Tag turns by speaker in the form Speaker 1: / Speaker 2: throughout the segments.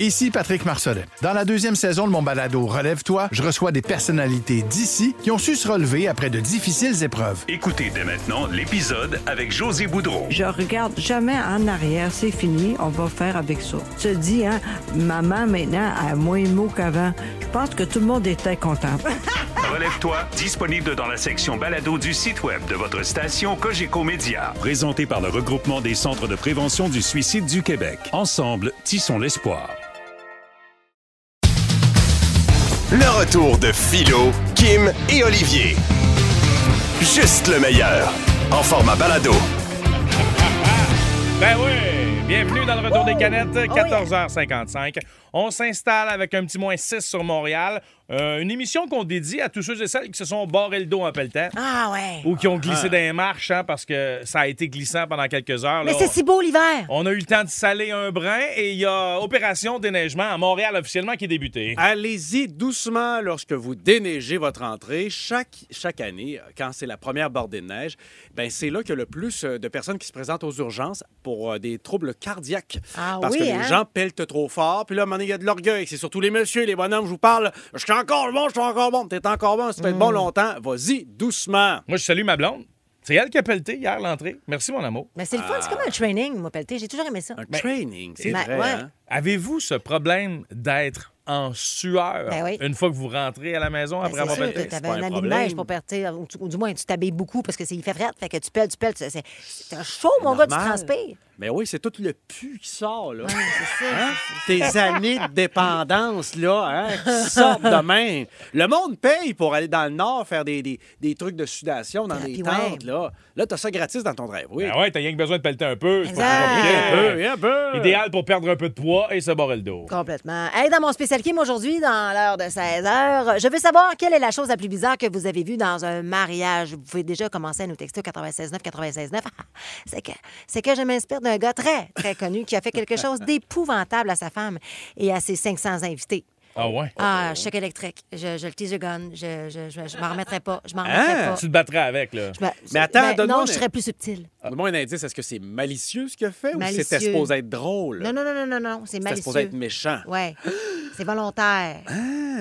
Speaker 1: Ici Patrick Marcelet. Dans la deuxième saison de mon balado Relève-toi, je reçois des personnalités d'ici qui ont su se relever après de difficiles épreuves.
Speaker 2: Écoutez dès maintenant l'épisode avec José Boudreau.
Speaker 3: Je regarde jamais en arrière, c'est fini, on va faire avec ça. Se dis, hein, maman maintenant a moins de mots qu'avant. Je pense que tout le monde était content.
Speaker 2: Relève-toi, disponible dans la section balado du site web de votre station Cogeco Média. Présenté par le regroupement des centres de prévention du suicide du Québec. Ensemble, tissons l'espoir.
Speaker 4: Le retour de Philo, Kim et Olivier. Juste le meilleur. En format balado.
Speaker 5: Ben oui! Bienvenue dans le retour des
Speaker 6: Oh,
Speaker 5: canettes, 14h55. On s'installe avec un petit moins 6 sur Montréal. Euh, une émission qu'on dédie à tous ceux et celles qui se sont barrés le dos en pelletant
Speaker 6: Ah ouais.
Speaker 5: ou qui ont glissé dans les marches hein, parce que ça a été glissant pendant quelques heures.
Speaker 6: Mais
Speaker 5: là.
Speaker 6: c'est si beau hein? l'hiver.
Speaker 5: On a eu le temps de saler un brin et il y a opération déneigement à Montréal officiellement qui est débutée.
Speaker 7: Allez-y doucement lorsque vous déneigez votre entrée. Chaque, chaque année, euh, quand c'est la première bordée de neige, ben c'est là que le plus euh, de personnes qui se présentent aux urgences pour euh, des troubles cardiaques.
Speaker 6: Ah
Speaker 7: parce
Speaker 6: oui,
Speaker 7: que
Speaker 6: hein?
Speaker 7: les gens peltent trop fort. Puis là, à un moment donné, il y a de l'orgueil. C'est surtout les messieurs, les bonhommes, je vous parle. Je suis encore bon, je suis encore bon. T'es encore bon, ça fait
Speaker 6: Hmm.
Speaker 7: bon longtemps. Vas-y doucement.
Speaker 5: Moi, je salue ma blonde. C'est elle qui a pelleté hier l'entrée. Merci, mon amour.
Speaker 6: Mais c'est le fun, c'est comme un training, moi, Pelleté. J'ai toujours aimé ça.
Speaker 7: Ah. Un training, c'est
Speaker 6: Ben,
Speaker 7: vrai.
Speaker 6: ouais.
Speaker 7: hein?
Speaker 5: Avez-vous ce problème d'être en sueur
Speaker 6: Ben oui.
Speaker 5: une fois que vous rentrez à la maison
Speaker 6: Ben,
Speaker 5: après
Speaker 6: c'est
Speaker 5: avoir
Speaker 6: sûr
Speaker 5: pelleté?
Speaker 6: que t'avais
Speaker 7: pas un
Speaker 6: un habit de
Speaker 7: problème.
Speaker 6: neige
Speaker 5: Ben
Speaker 6: pour pelleter, ou, tu- ou du moins tu t'habilles beaucoup parce que c'est il fait fret, fait que tu pelles, tu pelles, c'est- c'est c'est chaud mon gars, tu
Speaker 7: Normal.
Speaker 6: transpires.
Speaker 7: Mais Ben oui, c'est tout le pu qui sort, là. Hein? Tes années de dépendance, là, hein, qui sortent de même. Le monde paye pour aller dans le Nord faire des, des- des trucs de sudation dans des
Speaker 6: Thérapie, Ah, ouais.
Speaker 7: tentes, là. Là, t'as ça gratis dans ton drive, oui.
Speaker 5: Ben ouais, t'as rien que besoin de pelleter un peu. C'est pas
Speaker 6: Exact.
Speaker 5: compliqué.
Speaker 7: Un peu, un peu.
Speaker 5: Idéal pour perdre un peu de poids et se barrer le dos.
Speaker 6: Complètement. Hey, dans mon spécial Kim aujourd'hui, dans l'heure de 16 h je veux savoir quelle est la chose la plus bizarre que vous avez vue dans un mariage. Vous pouvez déjà commencer à nous texter au 96 9 96 9. Ah, C'est que, c'est que je m'inspire d'un gars très, très connu qui a fait quelque chose d'épouvantable à sa femme et à ses 500 invités.
Speaker 5: Ah ouais?
Speaker 7: Oh.
Speaker 6: Ah, choc électrique. Je, je le teaser gun. Je, je, je, je m'en remettrai pas. Ah, Je m'en
Speaker 7: Hein?
Speaker 6: remettrai pas.
Speaker 5: Tu te battrais avec, là.
Speaker 6: Ben,
Speaker 7: Mais attends,
Speaker 6: ben,
Speaker 7: donne-moi
Speaker 6: Non,
Speaker 7: un- Ah.
Speaker 6: je serais plus subtil.
Speaker 7: Donne-moi un indice, est-ce que c'est malicieux ce qu'il fait ou
Speaker 6: Malicieux.
Speaker 7: c'était supposé être drôle?
Speaker 6: Non, non, non, non, non, non. C'est
Speaker 7: C'était
Speaker 6: malicieux.
Speaker 7: supposé être méchant. Ah.
Speaker 6: Ouais. C'est volontaire.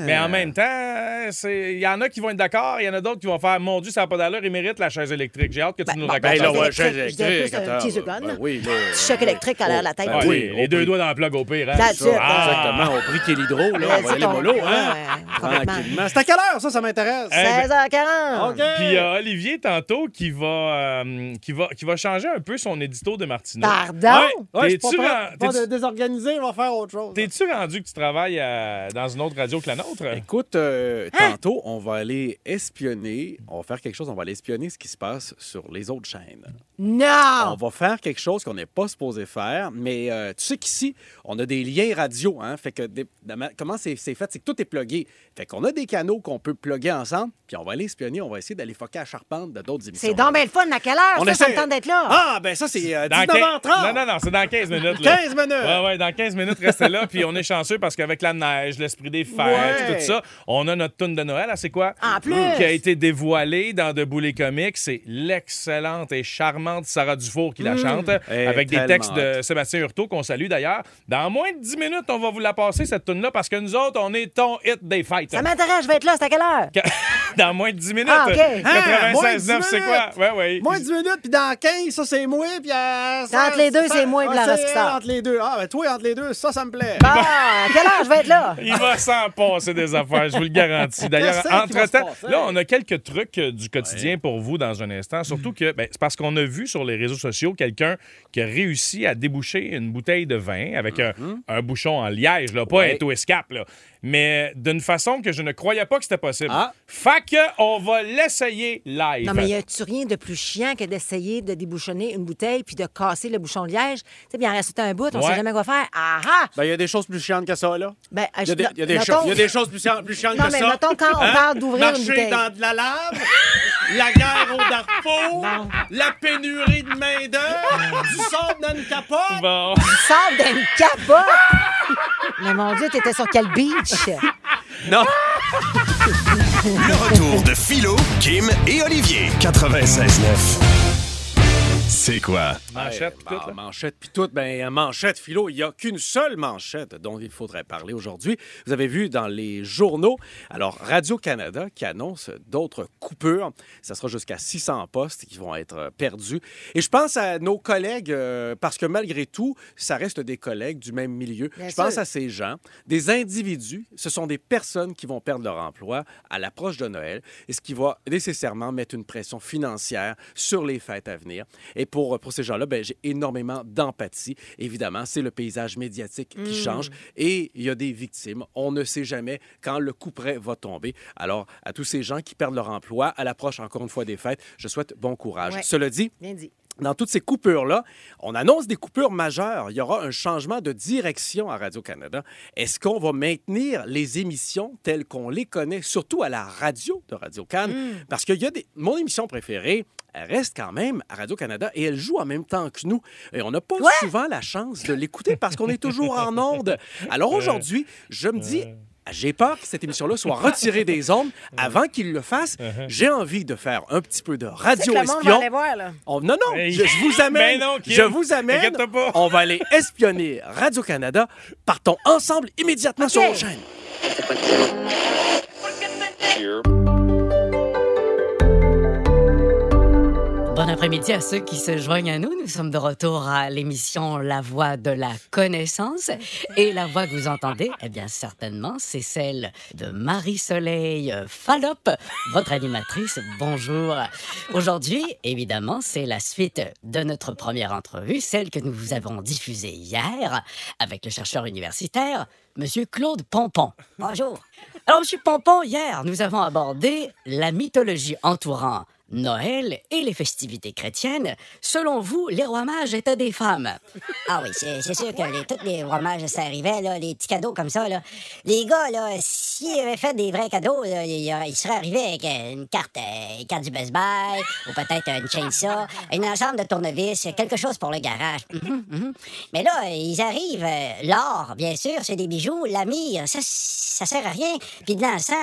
Speaker 5: Mais en même temps, euh, c'est- il y en a qui vont être d'accord, il y en a d'autres qui vont faire Mon Dieu, ça n'a pas d'allure, il mérite la chaise électrique. J'ai hâte que
Speaker 6: Ben,
Speaker 5: tu nous
Speaker 6: ben,
Speaker 5: racontes
Speaker 7: Ben
Speaker 5: ça.
Speaker 7: là,
Speaker 6: Choc
Speaker 7: ouais,
Speaker 6: électrique,
Speaker 7: j'ai-
Speaker 6: je dirais plus
Speaker 7: j'ai-
Speaker 6: un
Speaker 7: attends,
Speaker 6: teaser
Speaker 7: ben
Speaker 6: gun, là.
Speaker 7: oui, là.
Speaker 6: Choc électrique à l'air la tête.
Speaker 5: Ah
Speaker 6: Ben
Speaker 5: oui,
Speaker 7: oui,
Speaker 5: les
Speaker 7: au
Speaker 5: deux
Speaker 7: prix.
Speaker 5: doigts dans la plug au pire. hein?
Speaker 6: That's
Speaker 7: Ça,
Speaker 6: it.
Speaker 7: Exactement, au prix qu'est l'hydro, là, on
Speaker 6: Là,
Speaker 7: va aller
Speaker 6: c'est
Speaker 7: mollo,
Speaker 6: ton-
Speaker 7: hein?
Speaker 6: ouais, ouais, complètement.
Speaker 7: Tranquillement. C'est à quelle heure, ça, ça m'intéresse?
Speaker 5: Eh ben,
Speaker 6: 16h40.
Speaker 5: Puis euh, il y a Olivier tantôt qui va, euh, qui va, qui va changer un peu son édito de Martineau.
Speaker 6: Pardon?
Speaker 5: Ouais,
Speaker 7: je suis
Speaker 5: t'es-tu
Speaker 7: pas prêt.
Speaker 5: ren-
Speaker 7: Pas
Speaker 5: t'es-tu-
Speaker 7: de désorganiser, on va faire autre chose.
Speaker 5: T'es-tu rendu que tu travailles euh, dans une autre radio que la nôtre?
Speaker 7: Écoute, euh,
Speaker 6: Hein?
Speaker 7: tantôt, on va aller espionner. On va faire quelque chose. On va aller espionner ce qui se passe sur les autres chaînes. On
Speaker 6: Non!
Speaker 7: va faire quelque chose qu'on n'est pas supposé faire. Mais euh, tu sais qu'ici, on a des liens radio. Hein, fait que des- la ma- comment c'est c'est fait, c'est que tout est plugué. Fait qu'on a des canaux qu'on peut plugger ensemble. Puis on va aller espionner. On va essayer d'aller foquer à Charpente de d'autres émissions.
Speaker 6: C'est donc bien le fun. À quelle heure?
Speaker 7: On
Speaker 6: ça, ça me
Speaker 7: essaie-
Speaker 6: tente d'être là.
Speaker 7: Ah, ben ça, c'est euh,
Speaker 5: Dans
Speaker 7: 19h30.
Speaker 5: quin- Non, non, non, c'est dans 15 minutes. là.
Speaker 7: 15 minutes.
Speaker 5: Ouais, ouais, dans 15 minutes, restez là. Puis on est chanceux parce qu'avec la neige, l'esprit des fêtes,
Speaker 7: Ouais.
Speaker 5: tout ça, on a notre tune de Noël. Ah, c'est quoi?
Speaker 6: En plus.
Speaker 5: Qui a été dévoilée dans Debout les comiques. C'est l'excellente et charmante Sarah Dufour qui la chante
Speaker 7: Eh,
Speaker 5: avec des
Speaker 7: tellement
Speaker 5: textes de Sébastien Hurtaud qu'on salue d'ailleurs. Dans moins de 10 minutes, on va vous la passer, cette tune là parce que nous autres, on est ton hit des fêtes.
Speaker 6: Ça m'intéresse, je vais être là. C'est à quelle heure?
Speaker 5: Dans moins de 10 minutes.
Speaker 6: Ah, OK.
Speaker 7: Ah, moins de 10
Speaker 5: 96.9, c'est quoi?
Speaker 7: minutes.
Speaker 5: Ouais, ouais.
Speaker 7: Moins de 10 minutes, puis dans 15, ça c'est moi, puis à...
Speaker 6: Entre les deux, c'est moi, puis la reste qui sort.
Speaker 7: Entre les deux. Ah, ben toi, entre les deux, ça, ça me plaît.
Speaker 6: Ah, à quelle heure je vais être là?
Speaker 5: Il va s'en passer des affaires, je vous le garantis. D'ailleurs,
Speaker 7: Qu'est-ce qui va se
Speaker 5: entre-temps,
Speaker 7: passer?
Speaker 5: là, on a quelques trucs euh, du quotidien pour vous dans un instant.
Speaker 7: Mm.
Speaker 5: Surtout que ben, c'est parce qu'on a vu sur les réseaux sociaux quelqu'un qui a réussi à déboucher une bouteille de vin avec un, un bouchon en liège, là,
Speaker 7: Mm-hmm.
Speaker 5: pas
Speaker 7: Ouais.
Speaker 5: un tout escape, là, mais euh, d'une façon que je ne croyais pas que c'était possible.
Speaker 7: Ah.
Speaker 5: Fait que on va l'essayer live.
Speaker 6: Non, mais y a-tu rien de plus chiant que d'essayer de débouchonner une bouteille puis de casser le bouchon de liège? Tu sais, bien, il en reste un bout, on
Speaker 5: Ouais.
Speaker 6: sait jamais quoi faire. Ah ah!
Speaker 7: Ben, il y a des choses plus chiantes que ça, là.
Speaker 6: Ben,
Speaker 7: Il y a des, il y a des
Speaker 6: mettons-
Speaker 7: choses- il y a des choses plus chiantes, plus chiantes
Speaker 6: Non,
Speaker 7: que
Speaker 6: mais
Speaker 7: ça. Hein?
Speaker 6: mettons quand on parle d'ouvrir une
Speaker 7: Marcher
Speaker 6: bouteille.
Speaker 7: dans de la lave, la guerre au Darfour,
Speaker 6: Non.
Speaker 7: la pénurie de main-d'œuvre, du sable dans une capote.
Speaker 5: Bon.
Speaker 6: Tu sors d'une capote! Ah, ben, mais mon Dieu, t'étais sur quel beach?
Speaker 7: Non.
Speaker 4: Le retour de Philo, Kim et Olivier. 96.9. C'est quoi?
Speaker 5: Manchette,
Speaker 7: Ouais,
Speaker 5: pis tout,
Speaker 7: bah,
Speaker 5: là.
Speaker 7: Manchette, puis tout. Ben, manchette, philo, il n'y a qu'une seule manchette dont il faudrait parler aujourd'hui. Vous avez vu dans les journaux, alors Radio-Canada qui annonce d'autres coupures. Ça sera jusqu'à 600 postes qui vont être euh, perdus. Et je pense à nos collègues, euh, parce que malgré tout, ça reste des collègues du même milieu.
Speaker 6: Bien
Speaker 7: je pense
Speaker 6: sûr.
Speaker 7: à ces gens, des individus, ce sont des personnes qui vont perdre leur emploi à l'approche de Noël et ce qui va nécessairement mettre une pression financière sur les fêtes à venir. Et pour, pour ces gens-là, ben, j'ai énormément d'empathie. Évidemment, c'est le paysage médiatique qui
Speaker 6: Hmm.
Speaker 7: change et il y a des victimes. On ne sait jamais quand le coup près va tomber. Alors, à tous ces gens qui perdent leur emploi à l'approche, encore une fois, des fêtes, Ah, je souhaite bon courage.
Speaker 6: Ouais.
Speaker 7: Cela dit,
Speaker 6: Bien dit.
Speaker 7: dans toutes ces coupures-là, on annonce des coupures majeures. Il y aura un changement de direction à Radio-Canada. Est-ce qu'on va maintenir les émissions telles qu'on les connaît, surtout à la radio de Radio-Can?
Speaker 6: Hmm.
Speaker 7: Parce qu'il y a des... Mon émission préférée elle reste quand même à Radio-Canada et elle joue en même temps que nous. Et on n'a pas souvent la chance de l'écouter parce qu'on est toujours en onde.
Speaker 6: Euh,
Speaker 7: Alors aujourd'hui, je me dis... J'ai peur que cette émission-là soit retirée des ondes. Avant qu'il le fasse, j'ai envie de faire un petit peu de
Speaker 6: Uh-huh. C'est que le monde va
Speaker 7: radio-espion.
Speaker 6: aller voir, là.
Speaker 7: On- non, non,
Speaker 5: Hey.
Speaker 7: je, je vous amène.
Speaker 5: Ben non, Kim,
Speaker 7: je vous amène.
Speaker 5: inquiète-toi pas.
Speaker 7: On va aller espionner Radio-Canada. Partons ensemble immédiatement sur la chaîne.
Speaker 8: Bon après-midi à ceux qui se joignent à nous. Nous sommes de retour à l'émission La Voix de la Connaissance. Et la voix que vous entendez, eh bien certainement, c'est celle de Marie-Soleil Fallop, votre animatrice. Bonjour. Aujourd'hui, évidemment, c'est la suite de notre première entrevue, celle que nous vous avons diffusée hier avec le chercheur universitaire, Monsieur Claude Pompon. Bonjour. Alors, Monsieur Pompon, hier, nous avons abordé la mythologie entourant Noël et les festivités chrétiennes, selon vous, les rois mages étaient des femmes.
Speaker 9: Ah oui, c'est c'est sûr que les, tous les rois mages, ça arrivait, là, les petits cadeaux comme ça. Là. Les gars, là, s'ils avaient fait des vrais cadeaux, là, ils, euh, ils seraient arrivés avec euh, une carte, euh, une carte du Best Buy, ou peut-être une chainsaw, une ensemble de tournevis, quelque chose pour le garage. Mhm, mhm. Mais là, ils arrivent, euh, l'or, bien sûr, c'est des bijoux, la mire, ça, ça sert à rien, puis de l'encens,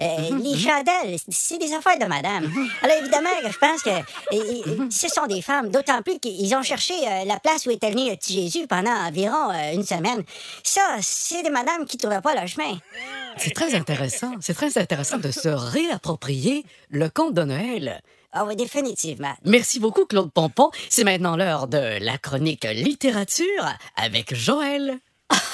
Speaker 9: euh,
Speaker 8: Mhm,
Speaker 9: les chandelles, c'est des affaires de madame. Alors évidemment, je pense que et- et- ce sont des femmes, d'autant plus qu'ils ont cherché euh, la place où était venu le petit Jésus pendant environ euh, une semaine. Ça, c'est des madames qui trouvaient pas leur chemin.
Speaker 8: C'est très intéressant. C'est très intéressant de se réapproprier le conte de Noël.
Speaker 9: Ah oui, définitivement.
Speaker 8: Merci beaucoup, Claude Pompon. C'est maintenant l'heure de la chronique littérature avec Joël.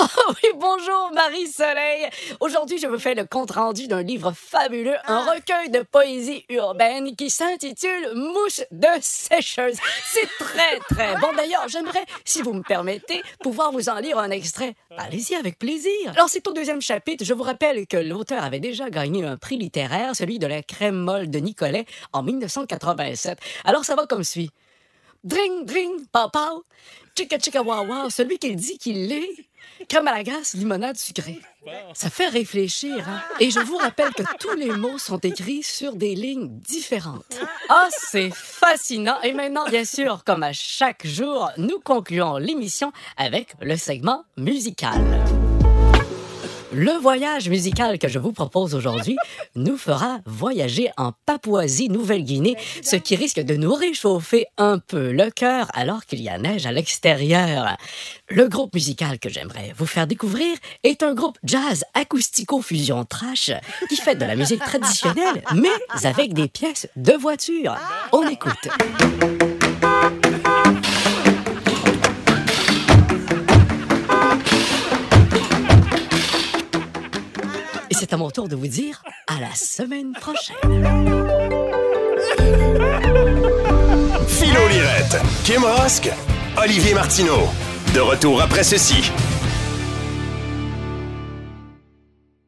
Speaker 8: Ah oui, bonjour Marie-Soleil. Aujourd'hui, je vous fais le compte-rendu d'un livre fabuleux, un recueil de poésie urbaine qui s'intitule Mouche de sécheuse. C'est très, très bon. D'ailleurs, j'aimerais, si vous me permettez, pouvoir vous en lire un extrait. Allez-y avec plaisir. Alors, c'est au deuxième chapitre. Je vous rappelle que l'auteur avait déjà gagné un prix littéraire, celui de la crème molle de Nicolet, en 1987. Alors, ça va comme suit. Dring, dring, pow, pow. Chica, chica, wow, wow. Celui qui dit qu'il l'est. Crème à la glace, limonade sucrée. Ça fait réfléchir. hein. Et je vous rappelle que tous les mots sont écrits sur des lignes différentes. Ah, c'est fascinant. Et maintenant, bien sûr, comme à chaque jour, nous concluons l'émission avec le segment musical. Le voyage musical que je vous propose aujourd'hui nous fera voyager en Papouasie-Nouvelle-Guinée, ce qui risque de nous réchauffer un peu le cœur alors qu'il y a neige à l'extérieur. Le groupe musical que j'aimerais vous faire découvrir est un groupe jazz acoustico-fusion trash qui fait de la musique traditionnelle, mais avec des pièces de voiture. On écoute. Et c'est à mon tour de vous dire à la semaine prochaine.
Speaker 4: Philo Lirette, Kim Rosk, Olivier Martineau. De retour après ceci.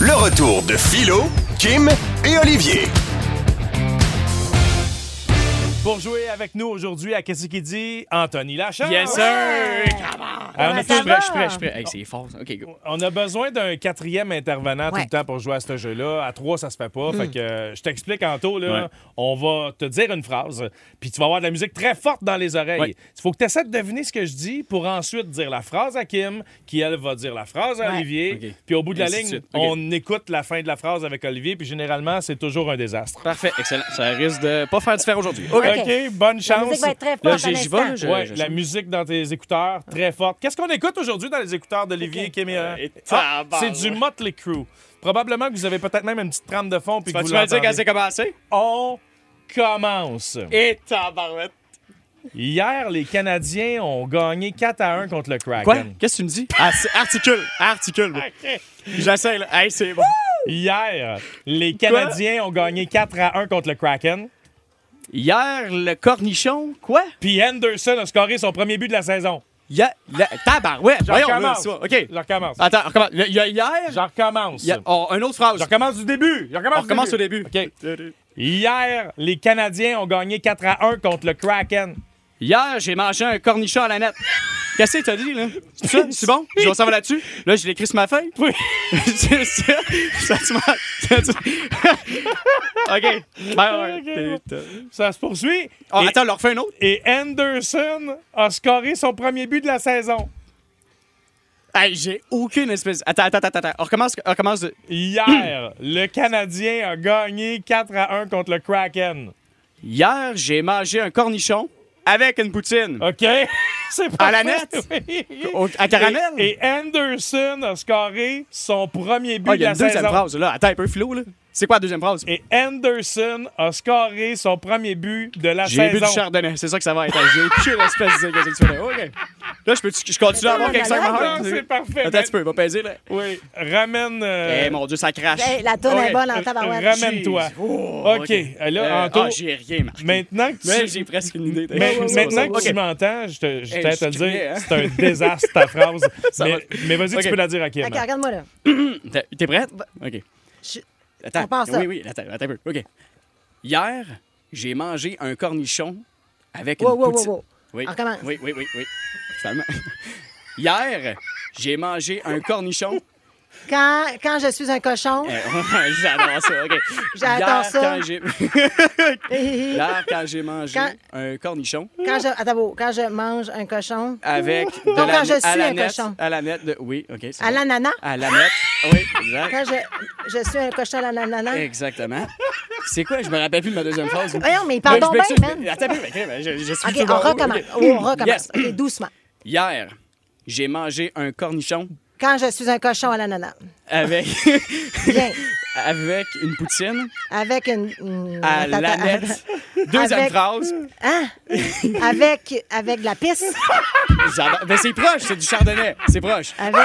Speaker 4: Le retour de Philo, Kim et Olivier.
Speaker 5: Pour jouer avec nous aujourd'hui à Qu'est-ce qui dit Anthony Lachance.
Speaker 10: Yes, sir!
Speaker 5: Ouais.
Speaker 10: Come on!
Speaker 5: Ah, on a
Speaker 10: je suis
Speaker 5: besoin-
Speaker 10: prêt, je suis prêt, je suis prêt. Hey, c'est fort, ça. OK, go.
Speaker 5: On a besoin d'un quatrième intervenant tout le temps pour jouer à ce jeu-là. À trois, ça se fait pas.
Speaker 10: Mm.
Speaker 5: Fait que euh, je t'explique en tôt, là.
Speaker 10: Ouais.
Speaker 5: On va te dire une phrase, puis tu vas avoir de la musique très forte dans les oreilles. Il
Speaker 10: Ouais.
Speaker 5: faut que tu essaies de deviner ce que je dis pour ensuite dire la phrase à Kim, qui, elle, va dire la phrase à
Speaker 10: Ouais.
Speaker 5: Olivier.
Speaker 10: OK.
Speaker 5: Puis au bout de la
Speaker 10: Ainsi de
Speaker 5: ligne,
Speaker 10: suite. OK.
Speaker 5: on écoute la fin de la phrase avec Olivier, puis généralement, c'est toujours un désastre.
Speaker 10: Parfait, excellent. Ça risque de pas faire différent aujourd'hui.
Speaker 5: OK, bonne chance.
Speaker 10: La musique va être très forte Là, j'y- à j'y vais, l'instant. là, je-
Speaker 5: Ouais,
Speaker 10: je-
Speaker 5: la musique dans tes écouteurs, très forte. Qu'est-ce qu'on écoute aujourd'hui dans les écouteurs d'Olivier Kim et, euh, ah, C'est du Motley Crue. Probablement que vous avez peut-être même une petite trame de fond. Puis que
Speaker 10: Vas-tu
Speaker 5: vous
Speaker 10: me le dire
Speaker 5: l'entendez.
Speaker 10: quand c'est commencé?
Speaker 5: On commence.
Speaker 10: Et tabarouette!
Speaker 5: Hier, les Canadiens ont gagné 4 à 1 contre le Kraken.
Speaker 10: Quoi? Qu'est-ce que tu me dis? Ah, c'est- articule, articule. moi. J'essaie, là. Hey, c'est bon.
Speaker 5: Hier, les Canadiens ont gagné 4 à 1 contre le Kraken.
Speaker 10: Hier, le cornichon, quoi?
Speaker 5: Puis Henderson a scoré son premier but de la saison.
Speaker 10: Hier, le... tabarouette!
Speaker 5: Je
Speaker 10: Voyons, là,
Speaker 5: recommence.
Speaker 10: ça. OK.
Speaker 5: Je recommence.
Speaker 10: Attends, on recommence. Le- il y a hier,
Speaker 5: Je recommence.
Speaker 10: il y a- oh, une autre phrase.
Speaker 5: Je recommence du début. Je recommence
Speaker 10: on recommence
Speaker 5: du
Speaker 10: au début.
Speaker 5: OK. Hier, les Canadiens ont gagné 4 à 1 contre le Kraken.
Speaker 10: Hier, j'ai mangé un cornichon à la nette. Qu'est-ce que t'as dit, là? C'est ça? C'est bon? Je s'en va là-dessus? Là, je l'écris sur ma feuille? Oui. c'est ça? Ça, tu manges? Ça, tu- OK. Ben, ouais. T'es- t'es-
Speaker 5: Ça se poursuit.
Speaker 10: Oh,
Speaker 5: et,
Speaker 10: attends, on leur refait un autre.
Speaker 5: et Anderson a scoré son premier but de la saison.
Speaker 10: Hey, j'ai aucune espèce... Attends, attends, attends, attends. On recommence... On recommence... de-
Speaker 5: Hier, le Canadien a gagné 4 à 1 contre le Kraken.
Speaker 10: Hier, j'ai mangé un cornichon avec une poutine.
Speaker 5: OK? C'est pas
Speaker 10: À la
Speaker 5: faux,
Speaker 10: nette?
Speaker 5: oui.
Speaker 10: Au- à caramel?
Speaker 5: Et, et Anderson a scoré son premier but
Speaker 10: Ah, il
Speaker 5: de
Speaker 10: y a
Speaker 5: la
Speaker 10: une deuxième
Speaker 5: saison.
Speaker 10: phrase, là. Attends, un peu flou, là. C'est quoi la deuxième phrase?
Speaker 5: Et Anderson a scoré son premier but de la
Speaker 10: J'ai bu
Speaker 5: saison.
Speaker 10: du chardonnay, c'est ça que ça va être. J'ai aucune espèce de qu'est-ce que tu fais là. OK. Là, je, peux, je continue à avoir quelque chose dans ma
Speaker 5: Non,
Speaker 10: tête?
Speaker 5: c'est parfait.
Speaker 10: Attends un petit peu, va peser, là.
Speaker 5: Oui, ramène.
Speaker 10: Eh
Speaker 5: euh,
Speaker 10: mon Dieu, ça crache.
Speaker 6: Hey, la toune est
Speaker 10: Ok.
Speaker 6: bonne en
Speaker 10: euh,
Speaker 6: tabarouette.
Speaker 5: Ramène-toi.
Speaker 10: Oh,
Speaker 5: OK. Là,
Speaker 10: Euh,
Speaker 5: Anto,
Speaker 10: ah, j'ai rien marqué.
Speaker 5: maintenant que tu,
Speaker 10: Mais j'ai presque une idée. de-
Speaker 5: mais-
Speaker 10: Ouais, ouais,
Speaker 5: maintenant
Speaker 10: ouais,
Speaker 5: que
Speaker 10: ouais,
Speaker 5: tu
Speaker 10: ouais.
Speaker 5: m'entends, je te, je
Speaker 10: Hey,
Speaker 5: t'aide
Speaker 10: je
Speaker 5: à te le
Speaker 10: criais,
Speaker 5: dire,
Speaker 10: hein.
Speaker 5: c'est un désastre ta phrase. mais,
Speaker 10: va.
Speaker 5: mais vas-y,
Speaker 10: OK.
Speaker 5: tu peux la dire à Kim.
Speaker 6: OK, regarde-moi là.
Speaker 10: T'es- T'es prête? OK.
Speaker 6: Bah, Je-
Speaker 10: Attends.
Speaker 6: On pense à-
Speaker 10: oui, oui, attends, attends un peu. OK. Hier, j'ai mangé un cornichon avec
Speaker 6: Wow,
Speaker 10: une
Speaker 6: wow, wow,
Speaker 10: poutine.
Speaker 6: wow.
Speaker 10: Oui.
Speaker 6: On recommence.
Speaker 10: oui, oui, oui, oui. Finalement. Hier, j'ai mangé un cornichon.
Speaker 6: Quand, quand je suis un cochon,
Speaker 10: Euh, J'adore ça, OK.
Speaker 6: J'adore
Speaker 10: Hier,
Speaker 6: ça.
Speaker 10: Quand j'ai...
Speaker 6: quand
Speaker 10: Hier, Euh, quand j'ai mangé
Speaker 6: Quand-
Speaker 10: un cornichon
Speaker 6: je, attends, bon, quand je mange un cochon,
Speaker 10: avec de la,
Speaker 6: quand je
Speaker 10: à
Speaker 6: suis
Speaker 10: la
Speaker 6: un
Speaker 10: nette,
Speaker 6: cochon.
Speaker 10: À la nette de... Oui, OK. c'est
Speaker 6: à
Speaker 10: bon.
Speaker 6: l'ananas,
Speaker 10: À la nette. Oui, exact.
Speaker 6: quand je, je suis un cochon à l'ananas,
Speaker 10: Exactement. C'est quoi? Je me rappelle plus de ma deuxième phrase.
Speaker 6: Voyons, mais il parle
Speaker 10: Ben, je
Speaker 6: donc
Speaker 10: m'excuse,
Speaker 6: bien,
Speaker 10: mais-
Speaker 6: man.
Speaker 10: Attends, un peu, mais, mais je, je suis
Speaker 6: OK,
Speaker 10: tout
Speaker 6: on
Speaker 10: bon.
Speaker 6: recommence.
Speaker 10: OK.
Speaker 6: On recommence.
Speaker 10: Yes.
Speaker 6: OK, doucement.
Speaker 10: Hier, j'ai mangé un cornichon
Speaker 6: Quand je suis un cochon à l'ananas,
Speaker 10: avec,
Speaker 6: bien,
Speaker 10: avec une poutine
Speaker 6: avec une... une-
Speaker 10: à
Speaker 6: attends,
Speaker 10: la
Speaker 6: attends,
Speaker 10: nette. Deuxième
Speaker 6: Avec-
Speaker 10: phrase.
Speaker 6: Hein? avec, avec de la pisse,
Speaker 10: J'adore. Mais c'est proche, c'est du chardonnay. C'est proche.
Speaker 6: avec...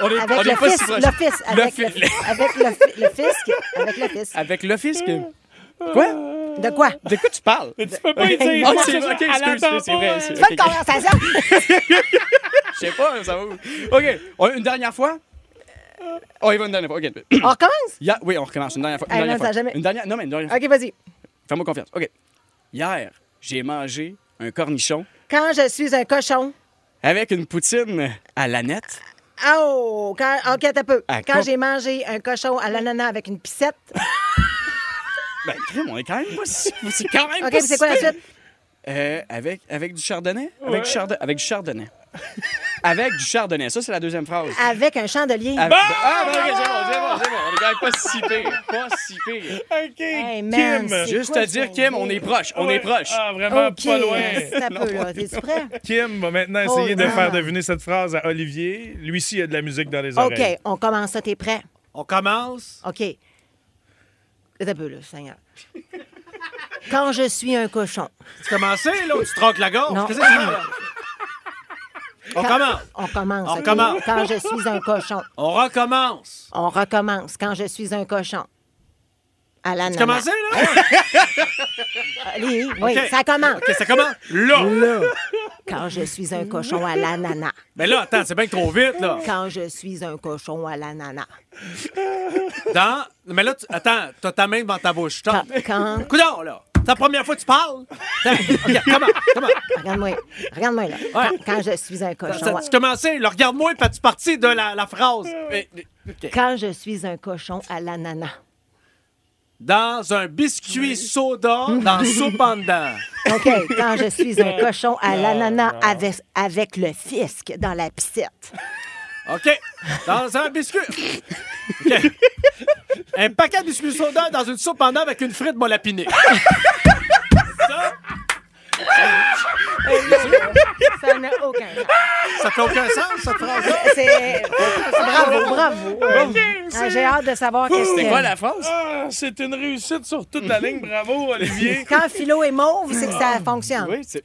Speaker 10: On est,
Speaker 6: Avec
Speaker 10: on est
Speaker 6: le
Speaker 10: pas si
Speaker 6: fisc,
Speaker 10: proche.
Speaker 6: le fisc, avec
Speaker 10: fi-
Speaker 6: le fi- avec le fi- le fisc, avec le fisc.
Speaker 10: Avec le fisc. Quoi?
Speaker 6: De quoi?
Speaker 10: De quoi tu parles?
Speaker 5: Tu peux pas y dire.
Speaker 10: Ah,
Speaker 5: quoi
Speaker 10: c'est
Speaker 5: que
Speaker 10: vrai,
Speaker 5: ce
Speaker 10: ok,
Speaker 5: soit. Elle
Speaker 10: excuse,
Speaker 5: attend
Speaker 10: c'est
Speaker 5: pas,
Speaker 10: vrai.
Speaker 5: hein.
Speaker 10: c'est-
Speaker 6: Tu veux
Speaker 10: ok,
Speaker 6: une conversation?
Speaker 10: Je sais pas, ça va où. OK, on- une dernière fois? On y va une dernière fois. OK.
Speaker 6: On recommence?
Speaker 10: Hier- oui, on recommence. Une dernière fois. Une
Speaker 6: Ah,
Speaker 10: dernière
Speaker 6: non,
Speaker 10: fois.
Speaker 6: ça a jamais-
Speaker 10: Une dernière... Non, mais une dernière fois.
Speaker 6: OK, vas-y.
Speaker 10: Fais-moi confiance. OK. Hier, j'ai mangé un cornichon
Speaker 6: Quand je suis un cochon.
Speaker 10: avec une poutine à la nette.
Speaker 6: Oh, quand, OK, t'as peu.
Speaker 10: À
Speaker 6: quand
Speaker 10: quoi-
Speaker 6: j'ai mangé un cochon à l'ananas avec une piscette.
Speaker 10: Ben, crème, on est quand même pas si... C'est quand même
Speaker 6: OK,
Speaker 10: pas
Speaker 6: puis c'est quoi la
Speaker 10: si pire.
Speaker 6: suite?
Speaker 10: Euh, avec, avec du chardonnay? Avec, du chardon- avec du chardonnay. avec du chardonnay. Ça, c'est la deuxième phrase.
Speaker 6: Avec un chandelier.
Speaker 10: Avec- Ah, ben, ok, c'est bon, c'est bon, c'est bon. On est quand même pas si pire. Pas si pire.
Speaker 5: OK,
Speaker 6: Hey, man,
Speaker 5: Kim.
Speaker 6: c'est-
Speaker 10: Juste
Speaker 6: quoi
Speaker 10: te dire,
Speaker 6: son
Speaker 10: Kim,
Speaker 6: nom?
Speaker 10: on est proche. On est proche.
Speaker 5: Ah, vraiment
Speaker 6: OK,
Speaker 5: pas loin.
Speaker 6: c'est un peu, là. T'es-tu prêt?
Speaker 5: Kim va maintenant
Speaker 6: Oh,
Speaker 5: essayer de
Speaker 6: non.
Speaker 5: faire deviner cette phrase à Olivier. Lui-ci, il a de la musique dans les oreilles.
Speaker 6: OK, on commence ça. T'es prêt?
Speaker 7: On commence.
Speaker 6: OK. T'as peu, là, Seigneur. Quand je suis un cochon.
Speaker 7: Tu commences, là, ou tu troques la gorge?
Speaker 6: Non.
Speaker 7: Qu'est-ce que tu fais, là? On
Speaker 6: Quand-
Speaker 7: commence.
Speaker 6: On commence.
Speaker 7: On
Speaker 6: OK?
Speaker 7: commence.
Speaker 6: Quand je suis un cochon.
Speaker 7: On recommence.
Speaker 6: On recommence. Quand je suis un cochon. À
Speaker 7: Tu
Speaker 6: l'ananas.
Speaker 7: commences, là?
Speaker 6: Allez, oui,
Speaker 7: OK.
Speaker 6: ça commence.
Speaker 7: OK, ça commence. Là!
Speaker 6: Quand je suis un cochon à l'ananas.
Speaker 7: Mais là, attends, c'est bien trop vite, là.
Speaker 6: Quand je suis un cochon à l'ananas.
Speaker 7: Dans... Mais là, tu... attends, t'as ta main devant ta bouche.
Speaker 6: Quand,
Speaker 7: Stop.
Speaker 6: quand,
Speaker 7: Coudon, là! C'est la première fois que tu parles. Regarde, comment? Comment?
Speaker 6: Regarde-moi. Regarde-moi, là. Quand- Quand je suis un cochon.
Speaker 7: Ça- ça- Tu commençais, là, regarde-moi, fais-tu partie de la, la phrase? Mais- mais- OK.
Speaker 6: Quand je suis un cochon à l'ananas.
Speaker 7: Dans un biscuit soda, dans soupe en dedans.
Speaker 6: OK, quand je suis un cochon à l'ananas avec, avec le fisc dans la piscette.
Speaker 7: OK. Dans un biscuit. OK. Un paquet de biscuits soda dans une soupe en dedans avec une frite molapinée.
Speaker 6: Ça n'a aucun sens.
Speaker 7: Ça fait aucun sens, cette phrase-là?
Speaker 6: C'est... Bravo, bravo.
Speaker 5: OK,
Speaker 6: Ah,
Speaker 5: c'est-
Speaker 6: J'ai hâte de savoir qu'est-ce que...
Speaker 5: France? Ah, c'est une réussite sur toute la ligne. Bravo, Olivier.
Speaker 6: Quand Philo est mauve, c'est que ça fonctionne.
Speaker 5: Oui, c'est.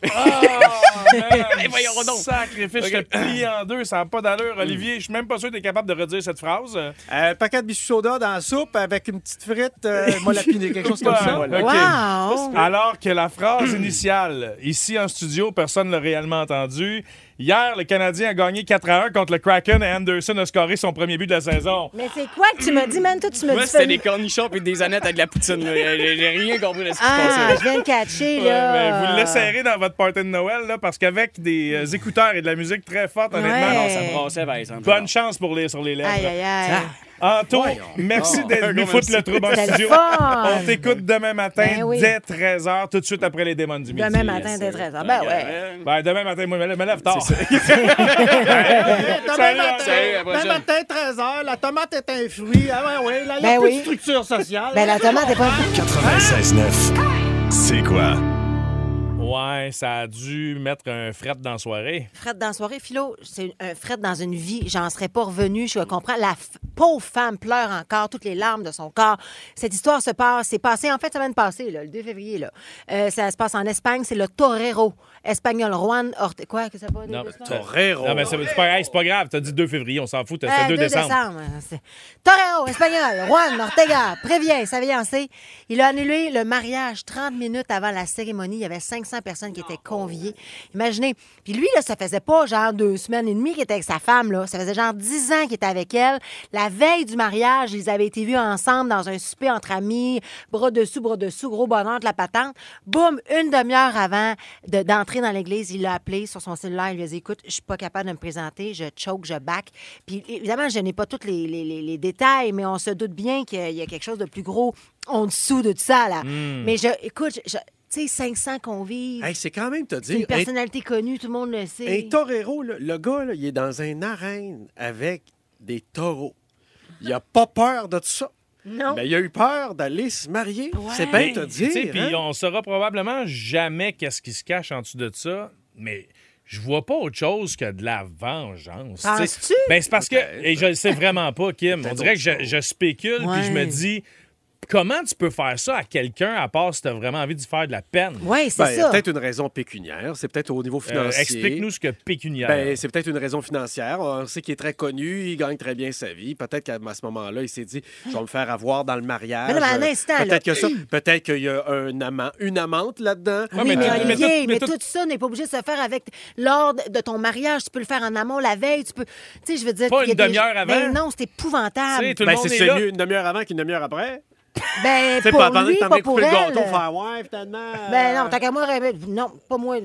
Speaker 7: Eh,
Speaker 5: voyons donc. Sacrifice, je te plie en deux, ça n'a pas d'allure,
Speaker 7: Hmm.
Speaker 5: Olivier. Je suis même pas sûr que tu es capable de redire cette phrase.
Speaker 7: Euh, Un paquet de biscuits soda dans la soupe avec une petite frite euh, molapinée, quelque chose comme ça.
Speaker 5: Ouais,
Speaker 7: Voilà.
Speaker 5: ok.
Speaker 6: Wow!
Speaker 5: Alors que la phrase initiale, ici en studio, personne ne l'a réellement entendue. Hier, le Canadien a gagné 4 à 1 contre le Kraken et Anderson a scoré son premier but de la saison.
Speaker 6: Mais c'est quoi que tu m'as dit, man? Toi, tu me
Speaker 10: Moi,
Speaker 6: dis...
Speaker 10: c'était
Speaker 6: Philo-
Speaker 10: des cornichons puis des annettes avec de la poutine. là. J'ai j'ai rien compris de ce qui se ben,
Speaker 6: Ah,
Speaker 10: passait.
Speaker 6: je viens de catcher,
Speaker 5: Ouais, mais
Speaker 6: là.
Speaker 5: vous le laisserez dans votre party de Noël, là, parce qu'avec des euh, écouteurs et de la musique très forte, honnêtement,
Speaker 6: Ouais.
Speaker 5: non,
Speaker 10: Ah Non,
Speaker 5: ça-
Speaker 10: ça brassait, par exemple.
Speaker 5: bonne chance pour les sur les lèvres.
Speaker 6: Aïe, aïe, aïe.
Speaker 5: Anto, merci d'être venu
Speaker 10: gros
Speaker 5: foutre le trouble en
Speaker 6: C'était le
Speaker 5: studio.
Speaker 6: fun.
Speaker 5: On t'écoute demain matin
Speaker 6: Ben oui.
Speaker 5: dès 13h, tout de suite après les démons du midi.
Speaker 6: Demain matin, dès 13h. Ben ouais.
Speaker 5: Ben, demain matin, moi, je me lève- me lève tard.
Speaker 7: Demain
Speaker 5: Salut,
Speaker 7: matin,
Speaker 5: salut,
Speaker 10: à la
Speaker 7: demain matin 13h, la tomate est un fruit. Ah ouais, ouais, là, il y a
Speaker 6: Ben
Speaker 7: plus
Speaker 6: oui.
Speaker 7: de structure sociale.
Speaker 6: Ben, la tomate est pas...
Speaker 4: 96.9. C'est quoi?
Speaker 5: Ouais, ça a dû mettre un fret dans la soirée.
Speaker 6: Fred dans la soirée, Philo, c'est un Fred dans une vie. J'en serais pas revenue. Je comprends. La f- pauvre femme pleure encore toutes les larmes de son corps. Cette histoire se passe, c'est passé en fait semaine passée, là, le 2 février. Là. Euh, ça se passe en Espagne. C'est le Torero espagnol Juan Ortega. Quoi que ça va?
Speaker 5: Non,
Speaker 6: deux semaines?
Speaker 5: Torero. Non, mais c'est c'est pas, hey, c'est pas grave. T'as dit 2 février, on s'en fout. T'as-
Speaker 6: Euh,
Speaker 5: C'est 2 décembre.
Speaker 6: c'est- Torero espagnol Juan Ortega prévient sa fiancée. Il a annulé le mariage 30 minutes avant la cérémonie. Il y avait 500 personnes qui étaient conviées. Imaginez. Puis lui, là, ça faisait pas genre deux semaines et demie qu'il était avec sa femme. Là. Ça faisait genre dix ans qu'il était avec elle. La veille du mariage, ils avaient été vus ensemble dans un souper entre amis, bras dessous, bras dessous, gros bonheur de la patente. Boum, une demi-heure avant de- d'entrer dans l'église, il l'a appelé sur son cellulaire. Il lui a dit Écoute, je suis pas capable de me présenter, je choke, je back. Puis évidemment, je n'ai pas tous les, les- les- les détails, mais on se doute bien qu'il y a quelque chose de plus gros en dessous de tout ça. Là.
Speaker 7: Hmm.
Speaker 6: Mais je, écoute, je- je- tu sais, 500 convives,
Speaker 7: Hey, c'est quand même te
Speaker 6: c'est une
Speaker 7: dire. Un,
Speaker 6: personnalité connue, tout le monde le sait.
Speaker 7: un torero, là, le gars, là, il est dans une arène avec des taureaux. Il a pas peur de tout ça.
Speaker 6: Non.
Speaker 7: Mais il a eu peur d'aller se marier. C'est bien te dire.
Speaker 5: Tu sais, puis
Speaker 7: hein?
Speaker 5: on saura probablement jamais qu'est-ce qui se cache en dessous de ça, mais je vois pas autre chose que de la vengeance. tu sais.
Speaker 6: Penses-tu?
Speaker 5: Ben, c'est parce que, et je le sais vraiment pas, Kim, on dirait que je, je spécule, puis je me
Speaker 6: Ouais.
Speaker 5: dis, comment tu peux faire ça à quelqu'un à part si t'as vraiment envie de lui faire de la peine?
Speaker 6: Oui, c'est
Speaker 7: Ben, il y a
Speaker 6: ça.
Speaker 7: peut-être une raison pécuniaire. C'est peut-être au niveau
Speaker 5: Euh,
Speaker 7: financier.
Speaker 5: Explique-nous ce que pécuniaire.
Speaker 7: Ben, c'est peut-être une raison financière. On sait qu'il est très connu, il gagne très bien sa vie. Peut-être qu'à ce moment-là, il s'est dit Je vais me faire avoir dans le mariage.
Speaker 6: Mais non, mais un
Speaker 7: Euh,
Speaker 6: instant, là.
Speaker 7: Peut-être que ça. Peut-être qu'il y a un amant, une amante là-dedans.
Speaker 5: Ouais,
Speaker 6: Oui,
Speaker 5: Ah,
Speaker 6: mais
Speaker 5: mais tout- mais
Speaker 6: Olivier, mais,
Speaker 5: tout- mais tout-
Speaker 6: tout ça n'est pas obligé de se faire avec l'ordre de ton mariage. Tu peux le faire en amont la veille. Tu peux. Tu sais, je veux dire.
Speaker 5: Pas
Speaker 6: il y a
Speaker 5: une
Speaker 6: des-
Speaker 5: demi-heure avant.
Speaker 6: Ben non, c'est
Speaker 5: Tu sais,
Speaker 6: épouvantable.
Speaker 5: tout le
Speaker 7: Ben,
Speaker 5: monde
Speaker 7: c'est
Speaker 5: est
Speaker 7: c'est
Speaker 5: là.
Speaker 7: mieux une demi-heure avant qu'une demi-heure après.
Speaker 6: Ben,
Speaker 7: Tu sais,
Speaker 6: pour
Speaker 7: pas attendre
Speaker 6: lui,
Speaker 7: que t'en
Speaker 6: pas
Speaker 7: aies
Speaker 6: pour
Speaker 7: coupé le
Speaker 6: elle.
Speaker 7: gâteau, faire ouais, finalement.
Speaker 6: Ben non,
Speaker 7: euh,
Speaker 6: t'as qu'à moi, rêver. non, pas moi.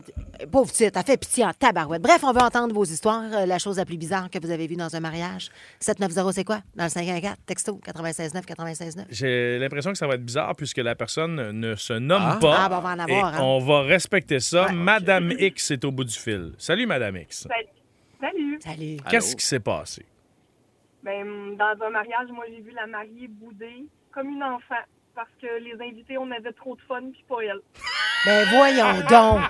Speaker 6: Pauvre titre, t'as fait pitié en tabarouette. Bref, on veut entendre vos histoires, euh, la chose la plus bizarre que vous avez vue dans un mariage. 790, c'est quoi? Dans le 514, texto 969 969.
Speaker 5: J'ai l'impression que ça va être bizarre puisque la personne ne se nomme pas.
Speaker 6: Ah, ben, on va en avoir,
Speaker 5: et
Speaker 6: hein.
Speaker 5: On va respecter ça. Madame X est au bout du fil. Salut, Madame X.
Speaker 11: Ben, Salut.
Speaker 6: Salut.
Speaker 5: Qu'est-ce qui s'est passé?
Speaker 11: Ben, dans un mariage, moi, j'ai vu la mariée bouder comme une enfant parce que les invités, on avait trop de fun, puis pas elle.
Speaker 6: Ben voyons donc.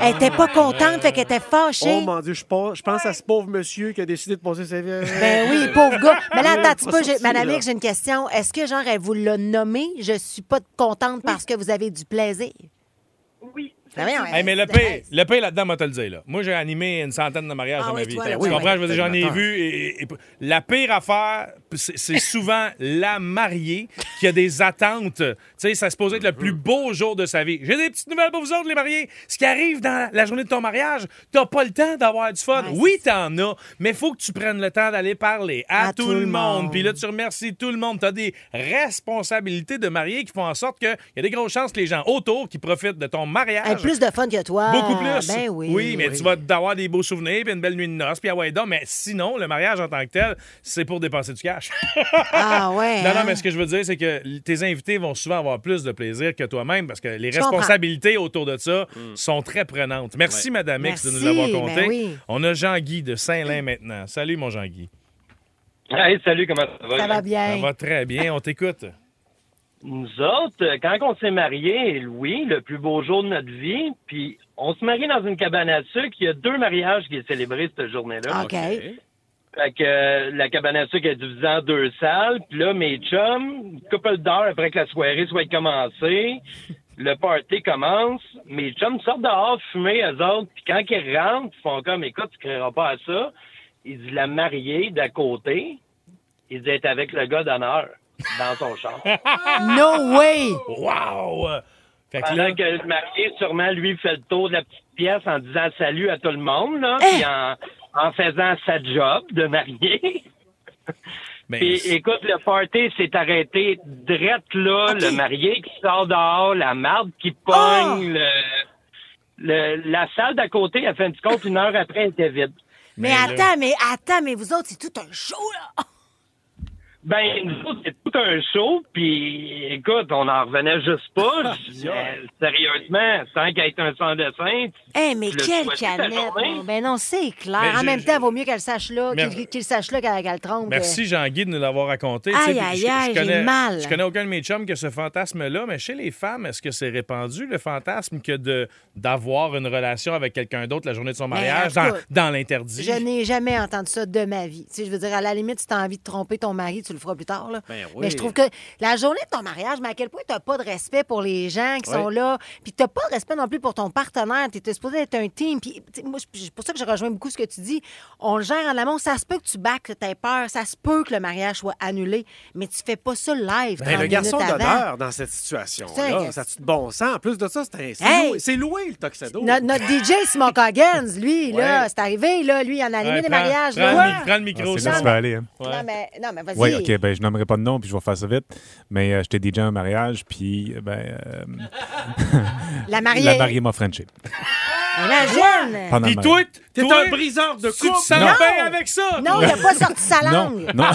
Speaker 6: Elle était pas contente, fait qu'elle était
Speaker 7: Ah. Oh
Speaker 6: fâchée.
Speaker 7: mon Dieu, je pense, je pense à ce pauvre monsieur qui a décidé de passer sa vie.
Speaker 6: Ben oui, pauvre gars. Mais là, attends, un petit peu, j'ai-
Speaker 7: sorti,
Speaker 6: Madame
Speaker 7: là.
Speaker 6: X, j'ai une question. Est-ce que, genre, elle vous l'a nommé? Je suis pas contente parce que vous avez du plaisir.
Speaker 11: Oui.
Speaker 6: Ben voyons,
Speaker 5: Hey, mais le
Speaker 6: c'est-
Speaker 5: pire, le pire là-dedans, moi, te le dire. Là. Moi, j'ai animé une centaine de mariages
Speaker 6: Ah
Speaker 5: dans ma
Speaker 6: oui,
Speaker 5: vie.
Speaker 6: toi,
Speaker 5: tu
Speaker 6: là,
Speaker 5: comprends?
Speaker 6: oui.
Speaker 5: Je veux dire, j'en ai vu. et- et- et- la pire affaire c'est c'est souvent la mariée qui a des attentes. Tu sais, ça se pose être le plus beau jour de sa vie. J'ai des petites nouvelles pour vous autres, les mariés. Ce qui arrive dans la journée de ton mariage, t'as pas le temps d'avoir du fun. Oui, t'en as, mais faut que tu prennes le temps d'aller parler à, tout, le monde. Puis là, tu remercies tout le monde. T'as des responsabilités de mariée qui font en sorte qu'il y a des grosses chances que les gens autour qui profitent de ton mariage.
Speaker 6: Hey, plus de fun que toi.
Speaker 5: Ah, Beaucoup plus.
Speaker 6: Ben oui.
Speaker 5: mais tu vas avoir des beaux souvenirs, puis une belle nuit de noces, puis ah ouais, donc, mais sinon, le mariage en tant que tel, c'est pour dépenser du cash.
Speaker 6: Ah ouais.
Speaker 5: non, non,
Speaker 6: hein?
Speaker 5: mais ce que je veux dire, c'est que l- tes invités vont souvent avoir plus de plaisir que toi-même parce que les
Speaker 6: Je comprends.
Speaker 5: responsabilités autour de ça
Speaker 12: Mm.
Speaker 5: sont très prenantes. Merci,
Speaker 6: Ouais.
Speaker 5: Madame X, de nous
Speaker 6: Merci,
Speaker 5: l'avoir
Speaker 6: ben
Speaker 5: compté.
Speaker 6: oui.
Speaker 5: On a Jean-Guy de Saint-Lin maintenant. Salut, mon Jean-Guy.
Speaker 12: Hey, salut, comment ça va?
Speaker 6: Ça va bien.
Speaker 5: Ça va très bien, on t'écoute.
Speaker 12: Nous autres, euh, quand on s'est mariés, oui, le plus beau jour de notre vie, puis on se marie dans une cabane à sucre. Il y a deux mariages qui est célébré cette journée-là.
Speaker 6: OK.
Speaker 12: Fait que euh, la cabane à sucre est divisée en deux salles. Puis là, mes chums, une couple d'heures après que la soirée soit commencée, le party commence. Mes chums sortent dehors fumer, eux autres. Puis quand ils rentrent, ils font comme, écoute, tu créeras pas à ça. Ils disent, la mariée d'à côté, ils disent, est avec le gars d'honneur dans son champ.
Speaker 6: No way!
Speaker 5: Wow! Fait que
Speaker 12: Pendant
Speaker 5: là,
Speaker 12: que le marié, sûrement, lui, fait le tour de la petite pièce en disant salut à tout le monde, là,
Speaker 6: Eh!
Speaker 12: puis en, en faisant sa job de marié.
Speaker 5: Mais-
Speaker 12: Puis, écoute, le party s'est arrêté drette là, le marié qui sort dehors, la marde qui pogne,
Speaker 6: Ah!
Speaker 12: le, le- la salle d'à côté, à fin de compte, une heure après, elle était vide.
Speaker 6: Mais, attends, mais attends, mais vous autres, c'est tout un show, là!
Speaker 12: Ben, nous autres, c'est tout un show, puis écoute, on en revenait juste pas. Mais sérieusement, tant qu'à être un sans-dessin...
Speaker 6: Eh, mais
Speaker 12: tu le
Speaker 6: quelle
Speaker 12: souhaitais ta
Speaker 6: canette!
Speaker 12: journée.
Speaker 6: mon- Ben non, c'est clair.
Speaker 5: Mais
Speaker 6: en
Speaker 5: j'ai-
Speaker 6: même temps, vaut mieux qu'elle sache là,
Speaker 5: Mais-
Speaker 6: qu'il qu'il sache là qu'elle qu'elle trompe.
Speaker 5: Merci Jean-Guy de nous l'avoir raconté. Tu
Speaker 6: Aïe,
Speaker 5: sais, puis
Speaker 6: aïe,
Speaker 5: je- je
Speaker 6: aïe, j'ai
Speaker 5: connais-
Speaker 6: mal.
Speaker 5: Je connais aucun de mes chums qui a ce fantasme-là, mais chez les femmes, est-ce que c'est répandu le fantasme que de d'avoir une relation avec quelqu'un d'autre la journée de son
Speaker 6: Mais
Speaker 5: mariage
Speaker 6: en tout
Speaker 5: dans,
Speaker 6: cas,
Speaker 5: dans
Speaker 6: Euh,
Speaker 5: l'interdit?
Speaker 6: Je n'ai jamais entendu ça de ma vie. Tu sais, je veux dire, à la limite, si tu as envie de tromper ton mari, tu le feras plus tard. Là.
Speaker 5: Ben oui.
Speaker 6: Mais je trouve que la journée de ton mariage, mais à quel point tu n'as pas de respect pour les gens qui
Speaker 5: Oui.
Speaker 6: sont là, puis tu n'as pas de respect non plus pour ton partenaire. Tu es supposé être un team. Puis, tu sais, moi, je- c'est pour ça que je rejoins beaucoup ce que tu dis. On le gère en amont. Ça se peut que tu bacs, que tu aies peur. Ça se peut que le mariage soit annulé. Mais tu fais pas ça live.
Speaker 7: Ben, le
Speaker 6: 30
Speaker 7: garçon
Speaker 6: minutes avant.
Speaker 7: d'honneur dans cette situation.
Speaker 6: C'est-
Speaker 7: là Ça tue de bon sens. En plus de ça, c'est un- c'est
Speaker 6: Hey!
Speaker 7: loué, c'est loué, le Tuxedo.
Speaker 6: Notre, notre DJ, Simon Coggins, lui, là,
Speaker 7: Ouais.
Speaker 6: c'est arrivé, là, lui, il en a animé
Speaker 7: Ouais,
Speaker 6: des
Speaker 7: prends-
Speaker 6: mariages.
Speaker 7: prends
Speaker 6: là.
Speaker 7: le mi- prends le
Speaker 13: micro,
Speaker 14: c'est là
Speaker 6: Non,
Speaker 14: que tu vas aller. hein.
Speaker 6: Ah. Non, mais, non, mais vas-y.
Speaker 13: Oui, OK, ben, je nommerai pas de nom, puis je vais faire ça vite. Mais euh, j'étais déjà un mariage, puis euh, ben, euh,
Speaker 6: La mariée.
Speaker 13: La mariée m'a frenché.
Speaker 6: Imagine!
Speaker 13: Pendant le mariage.
Speaker 5: T'es
Speaker 7: un briseur de
Speaker 5: couple. Tu te
Speaker 13: Non.
Speaker 5: sens bien avec ça?
Speaker 6: Non, il n'a pas sorti sa langue.
Speaker 13: Non,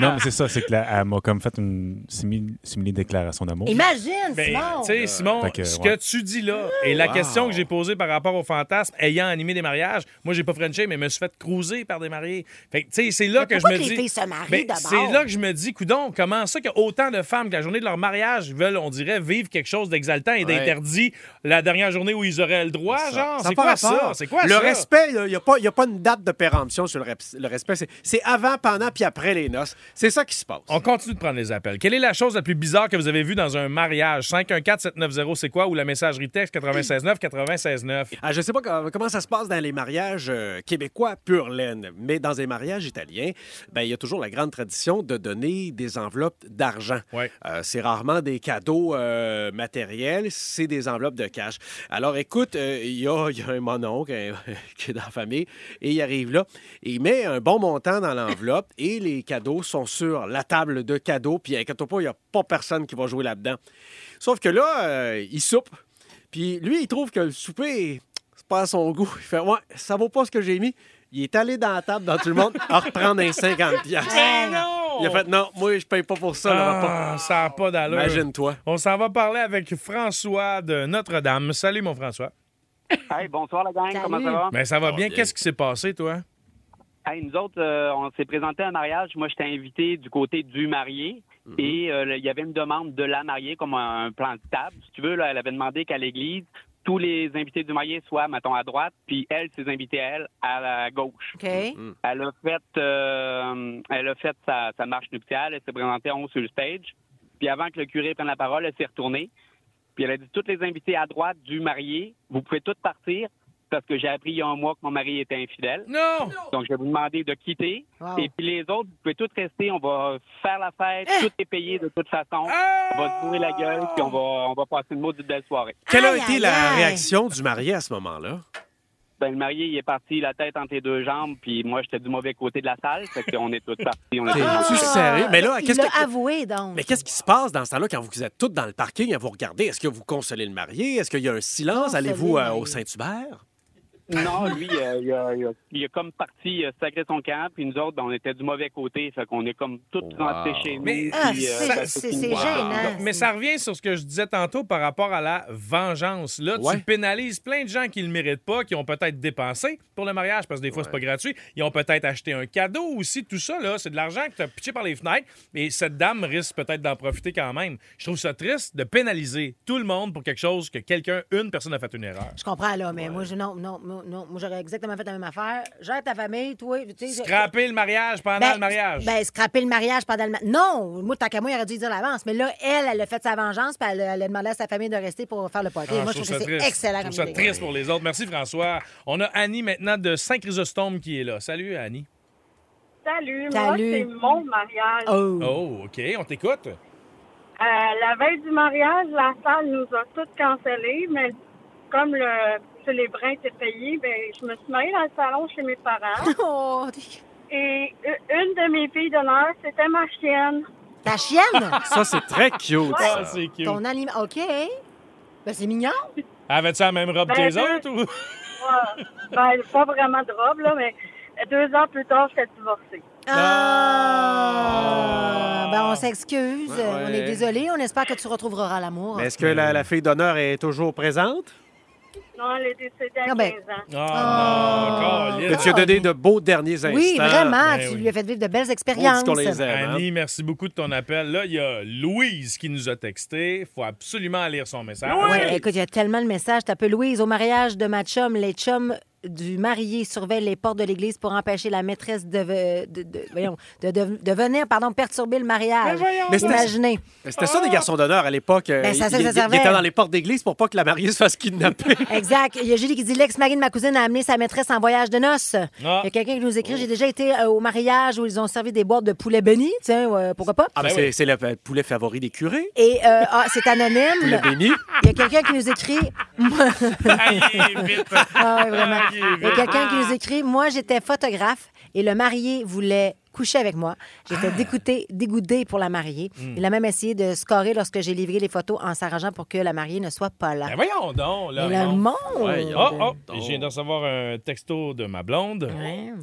Speaker 13: non, mais c'est ça, c'est qu'elle m'a comme fait une simili simili déclaration d'amour.
Speaker 6: Imagine,
Speaker 5: Ben,
Speaker 6: Simon!
Speaker 5: Tu sais, Simon,
Speaker 13: Fait que,
Speaker 5: ce
Speaker 13: ouais.
Speaker 5: que tu dis là et la
Speaker 13: Wow.
Speaker 5: question que j'ai posée par rapport au fantasme, ayant animé des mariages, moi, j'ai pas Frenché, mais me suis fait cruiser par des mariés. Fait que, tu sais, c'est là que je
Speaker 6: pourquoi
Speaker 5: me
Speaker 6: que les
Speaker 5: dis.
Speaker 6: filles se marient
Speaker 5: Ben,
Speaker 6: d'abord?
Speaker 5: c'est là que je me dis, coudon, comment ça qu'il y a autant de femmes que la journée de leur mariage veulent, on dirait, vivre quelque chose d'exaltant et
Speaker 7: Ouais.
Speaker 5: d'interdit la dernière journée où ils auraient le droit,
Speaker 7: Ça
Speaker 5: genre? C'est
Speaker 7: n'a pas
Speaker 5: quoi
Speaker 7: rapport.
Speaker 5: ça? C'est quoi
Speaker 7: le
Speaker 5: ça?
Speaker 7: respect, il n'y a, pas- y a pas une date de péremption sur le, reps- le respect. C'est- C'est avant, pendant, puis après les noces. C'est ça qui se passe.
Speaker 5: On continue de prendre les appels. Quelle est la chose la plus bizarre que vous avez vue dans un mariage? 514-790, c'est quoi? Ou la messagerie texte 969 969
Speaker 7: Ah, je ne sais pas com- comment ça se passe dans les mariages euh, québécois pur laine, mais dans les mariages italiens, ben, il y a toujours la grande tradition de donner des enveloppes d'argent. Euh, c'est rarement des cadeaux euh, matériels, c'est des enveloppes de cash. Alors écoute, euh, il y a- il y, a un mononcle hein, qui est dans la famille et il arrive là. et Il met un bon montant dans l'enveloppe et les cadeaux sont sur la table de cadeaux. Puis inquiète-toi pas, il n'y a pas personne qui va jouer là-dedans. Sauf que là, euh, il soupe. Puis lui, il trouve que le souper, c'est pas à son goût. Il fait Ouais, ça vaut pas ce que j'ai mis. Il est allé dans la table dans tout le monde à reprendre un 50$. piastres.
Speaker 5: Mais non!
Speaker 7: Il a fait Non, moi, je paye pas pour ça. le
Speaker 5: Ah,
Speaker 7: repas.
Speaker 5: ça n'a pas d'allure.
Speaker 7: Imagine-toi.
Speaker 5: On s'en va parler avec François de Notre-Dame. Salut, mon François.
Speaker 15: Hey, bonsoir la gang, comment ça va?
Speaker 5: Ben, ça va bien. Qu'est-ce qui s'est passé, toi?
Speaker 15: Hey, nous autres, euh, on s'est présenté à un mariage. Moi, j'étais invité du côté du marié. Et euh, le- il y avait une demande de la mariée, comme un, un plan de table. Si tu veux, là, elle avait demandé qu'à l'église, tous les invités du marié soient, mettons, à droite, puis elle, ses invités, à elle, à la gauche.
Speaker 6: OK.
Speaker 15: Elle a fait, euh, elle a fait sa, sa marche nuptiale. Elle s'est présentée en haut sur le stage. Puis avant que le curé prenne la parole, elle s'est retournée. Puis elle a dit, tous les invités à droite du marié, vous pouvez tous partir, parce que j'ai appris il y a un mois que mon mari était infidèle.
Speaker 5: Non!
Speaker 15: Donc, je vais vous demander de quitter.
Speaker 5: Wow.
Speaker 15: Et puis les autres, vous pouvez tous rester. On va faire la fête.
Speaker 14: Eh!
Speaker 15: Tout est payé de toute façon.
Speaker 14: Ah!
Speaker 15: On va se bourrer la gueule, puis on va, on va passer une maudite belle soirée.
Speaker 14: Quelle a été la réaction du marié à ce moment-là?
Speaker 15: Ben, le marié, il est parti la tête entre les deux jambes, puis moi, j'étais du mauvais côté de la salle. Fait qu'on est tous partis. On est tous
Speaker 14: T'es-tu sérieux? Mais là,
Speaker 6: Ah, Il
Speaker 14: qu'est-ce
Speaker 6: l'a
Speaker 14: que-
Speaker 6: avoué, donc.
Speaker 14: Mais qu'est-ce qui se passe dans ce temps-là quand vous êtes toutes dans le parking à vous regarder? Est-ce que vous consolez le marié? Est-ce qu'il y a un silence? Allez-vous euh, au Saint-Hubert?
Speaker 15: Non, lui, euh, il, a, il a- il a comme parti euh, sacrer son camp, puis nous autres, ben, on était du mauvais côté, fait qu'on est comme tous rentrés chez nous.
Speaker 5: Mais-
Speaker 15: puis, euh, ça, fini.
Speaker 5: Mais ça revient sur ce que je disais tantôt par rapport à la vengeance. Là,
Speaker 14: Ouais.
Speaker 5: tu pénalises plein de gens qui ne le méritent pas, qui ont peut-être dépensé pour le mariage, parce que des fois, c'est pas gratuit. Ils ont peut-être acheté un cadeau aussi. Tout ça, là, c'est de l'argent que tu as pitché par les fenêtres. Et cette dame risque peut-être d'en profiter quand même. Je trouve ça triste de pénaliser tout le monde pour quelque chose que quelqu'un, une personne a fait une erreur.
Speaker 6: Je comprends, là, mais moi, je, non, non, non, non. Moi, j'aurais exactement fait la même affaire. Gère ta famille, toi. tu sais,
Speaker 5: Scraper le mariage pendant
Speaker 6: Ben,
Speaker 5: le mariage.
Speaker 6: Ben, scraper le mariage pendant le ma- Non, moi, tant qu'à moi, il aurait dû y dire l'avance. Mais là, elle, elle a fait sa vengeance, puis elle, elle a demandé à sa famille de rester pour faire le party.
Speaker 5: Ah,
Speaker 6: moi, je trouve
Speaker 5: ça
Speaker 6: que c'est
Speaker 5: triste.
Speaker 6: excellent
Speaker 5: Je trouve
Speaker 6: comme
Speaker 5: ça
Speaker 6: idée.
Speaker 5: triste pour les autres. Merci, François. On a Annie maintenant de Saint-Chrysostome qui est là. Salut, Annie.
Speaker 11: Salut, moi,
Speaker 5: Salut.
Speaker 11: c'est mon mariage.
Speaker 5: Oh, OK. On t'écoute.
Speaker 11: Euh, la veille du mariage, la salle nous a toutes cancellées, mais comme le célébrant était payé, ben, je me suis mariée dans le salon chez mes parents.
Speaker 6: Oh,
Speaker 11: Et u- une de mes filles d'honneur, c'était ma chienne.
Speaker 6: Ta chienne?
Speaker 5: Ça, c'est très cute, ça. Ah, c'est cute.
Speaker 6: Ton anime. OK. Ben, c'est mignon.
Speaker 5: Avais-tu la même robe
Speaker 11: Ben,
Speaker 5: que les
Speaker 11: deux-
Speaker 5: autres? Ou...
Speaker 11: Ouais. ben, pas vraiment de robe, là, mais deux ans plus tard, j'étais divorcée.
Speaker 6: Ah! Ben, on s'excuse.
Speaker 14: Ouais,
Speaker 5: Ben,
Speaker 14: ouais.
Speaker 6: On est désolé. On espère que tu retrouveras l'amour.
Speaker 14: Mais est-ce que la, la fille d'honneur est toujours présente?
Speaker 11: Non, elle est décédée à
Speaker 6: Ah, ben. Ah.
Speaker 11: 15 ans.
Speaker 14: Que tu as donné de beaux derniers instants.
Speaker 6: Oui, vraiment.
Speaker 5: Ben
Speaker 6: tu
Speaker 5: oui.
Speaker 6: lui as fait vivre de belles expériences.
Speaker 5: Annie, merci beaucoup de ton appel. Là, il y a Louise qui nous a texté. faut absolument lire son message.
Speaker 6: Ouais, Ben, écoute, il y a tellement de messages. T'as peu Louise au mariage de ma chum, les chums du marié surveillent les portes de l'église pour empêcher la maîtresse de, ve- de, de- voyons, de- de- de venir pardon, perturber le mariage.
Speaker 5: Ben
Speaker 14: Mais c'était-
Speaker 6: Imaginez.
Speaker 14: C'était ça des garçons d'honneur à l'époque. euh,
Speaker 6: Ben, ça, ça,
Speaker 14: ils-
Speaker 6: ça
Speaker 14: ils- ils
Speaker 6: servait.
Speaker 14: étaient dans les portes d'église pour pas que la mariée se fasse kidnapper.
Speaker 6: Exact. Il y a Julie qui dit l'ex-mari de ma cousine a amené sa maîtresse en voyage de noces. Il
Speaker 5: Ah.
Speaker 6: y a quelqu'un qui nous
Speaker 5: Oh.
Speaker 6: écrit j'ai déjà été euh, au mariage où ils ont servi des boîtes de poulet béni. Tiens, euh, pourquoi pas
Speaker 14: Ah, ben, c'est- c'est le euh, poulet favori des curés.
Speaker 6: Et euh, ah, c'est anonyme.
Speaker 14: Poulet béni.
Speaker 6: Il y a quelqu'un qui nous écrit. Moi- Ah ouais, vraiment.
Speaker 14: Ah, il est vite.
Speaker 6: Il y a quelqu'un qui nous écrit Moi, j'étais photographe et le marié voulait coucher avec moi. J'étais dégoûtée, dégoûtée pour la mariée.
Speaker 5: Ah. Hmm.
Speaker 6: Il a même essayé de scorer lorsque j'ai livré les photos en s'arrangeant pour que la mariée ne soit pas là.
Speaker 5: Ben voyons donc. Là,
Speaker 6: Mais le
Speaker 5: non.
Speaker 6: monde!
Speaker 5: Oh, oh, je viens de recevoir un texto de ma blonde.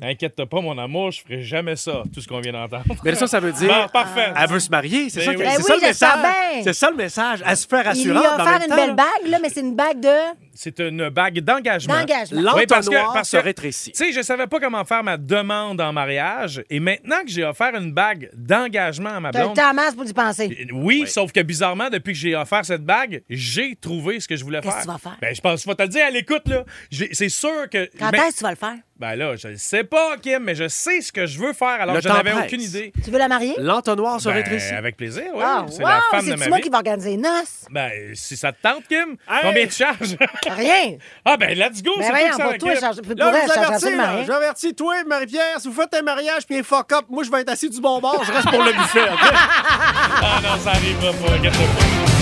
Speaker 5: Inquiète-toi pas, mon amour, je ferai jamais ça, tout ce qu'on vient d'entendre.
Speaker 14: Mais ça, ça veut dire.
Speaker 5: Bon, parfait.
Speaker 14: Elle veut se marier. C'est
Speaker 5: Ben
Speaker 14: ça,
Speaker 5: oui.
Speaker 14: que-
Speaker 5: Ben
Speaker 14: c'est
Speaker 5: oui,
Speaker 14: ça le
Speaker 6: j'espère
Speaker 14: message.
Speaker 6: bien.
Speaker 14: C'est ça le message. Elle se fait
Speaker 6: Il lui
Speaker 14: rassurante. mais
Speaker 6: a
Speaker 14: en même
Speaker 6: offert une
Speaker 14: temps,
Speaker 6: belle
Speaker 14: là,
Speaker 6: bague, là, mais c'est une bague de.
Speaker 5: C'est une bague d'engagement.
Speaker 6: D'engagement.
Speaker 5: Oui, parce que,
Speaker 14: L'entonnoir
Speaker 5: parce
Speaker 14: se
Speaker 5: que,
Speaker 14: rétrécit.
Speaker 5: Tu sais, je savais pas comment faire ma demande en mariage. Et maintenant que j'ai offert une bague d'engagement à ma
Speaker 6: T'as le
Speaker 5: blonde,
Speaker 6: temps en masse pour y penser.
Speaker 5: Oui, sauf que bizarrement, depuis que j'ai offert cette bague, j'ai trouvé ce que je voulais
Speaker 6: Qu'est-ce
Speaker 5: faire.
Speaker 6: que tu vas faire?
Speaker 5: Ben, je pense, je vais te le dire à l'écoute, là. J'ai- C'est sûr que.
Speaker 6: Quand
Speaker 5: mais-
Speaker 6: est-ce que tu vas le faire?
Speaker 5: Ben là, je le sais pas, Kim, mais je sais ce que je veux faire, alors
Speaker 14: Le
Speaker 5: que je n'avais
Speaker 14: temps presse.
Speaker 5: aucune idée.
Speaker 6: Tu veux la marier?
Speaker 14: L'entonnoir se
Speaker 5: Ben,
Speaker 14: rétrécit.
Speaker 5: Avec plaisir, oui.
Speaker 6: Ah,
Speaker 5: c'est la
Speaker 6: wow,
Speaker 5: femme de
Speaker 6: c'est-tu
Speaker 5: ma
Speaker 6: moi
Speaker 5: vie.
Speaker 6: qui va organiser les noces.
Speaker 5: Ben, si ça te tente, Kim, combien tu charges?
Speaker 6: Rien.
Speaker 5: Ah, ben, let's go,
Speaker 6: Ben
Speaker 5: c'est
Speaker 6: voyons,
Speaker 5: tout ça.
Speaker 6: pour toi,
Speaker 5: Kim.
Speaker 6: charge- pour
Speaker 14: Là,
Speaker 6: elle,
Speaker 14: je vous
Speaker 6: charge
Speaker 14: avertis,
Speaker 6: absolument
Speaker 14: là.
Speaker 6: rien.
Speaker 14: Je vous avertis, toi, Marie-Pierre, si vous faites un mariage puis un fuck-up, moi, je vais être assis du bon bord, je reste pour le buffet. OK?
Speaker 5: Ah non, ça arrivera pas, inquiète-toi pas.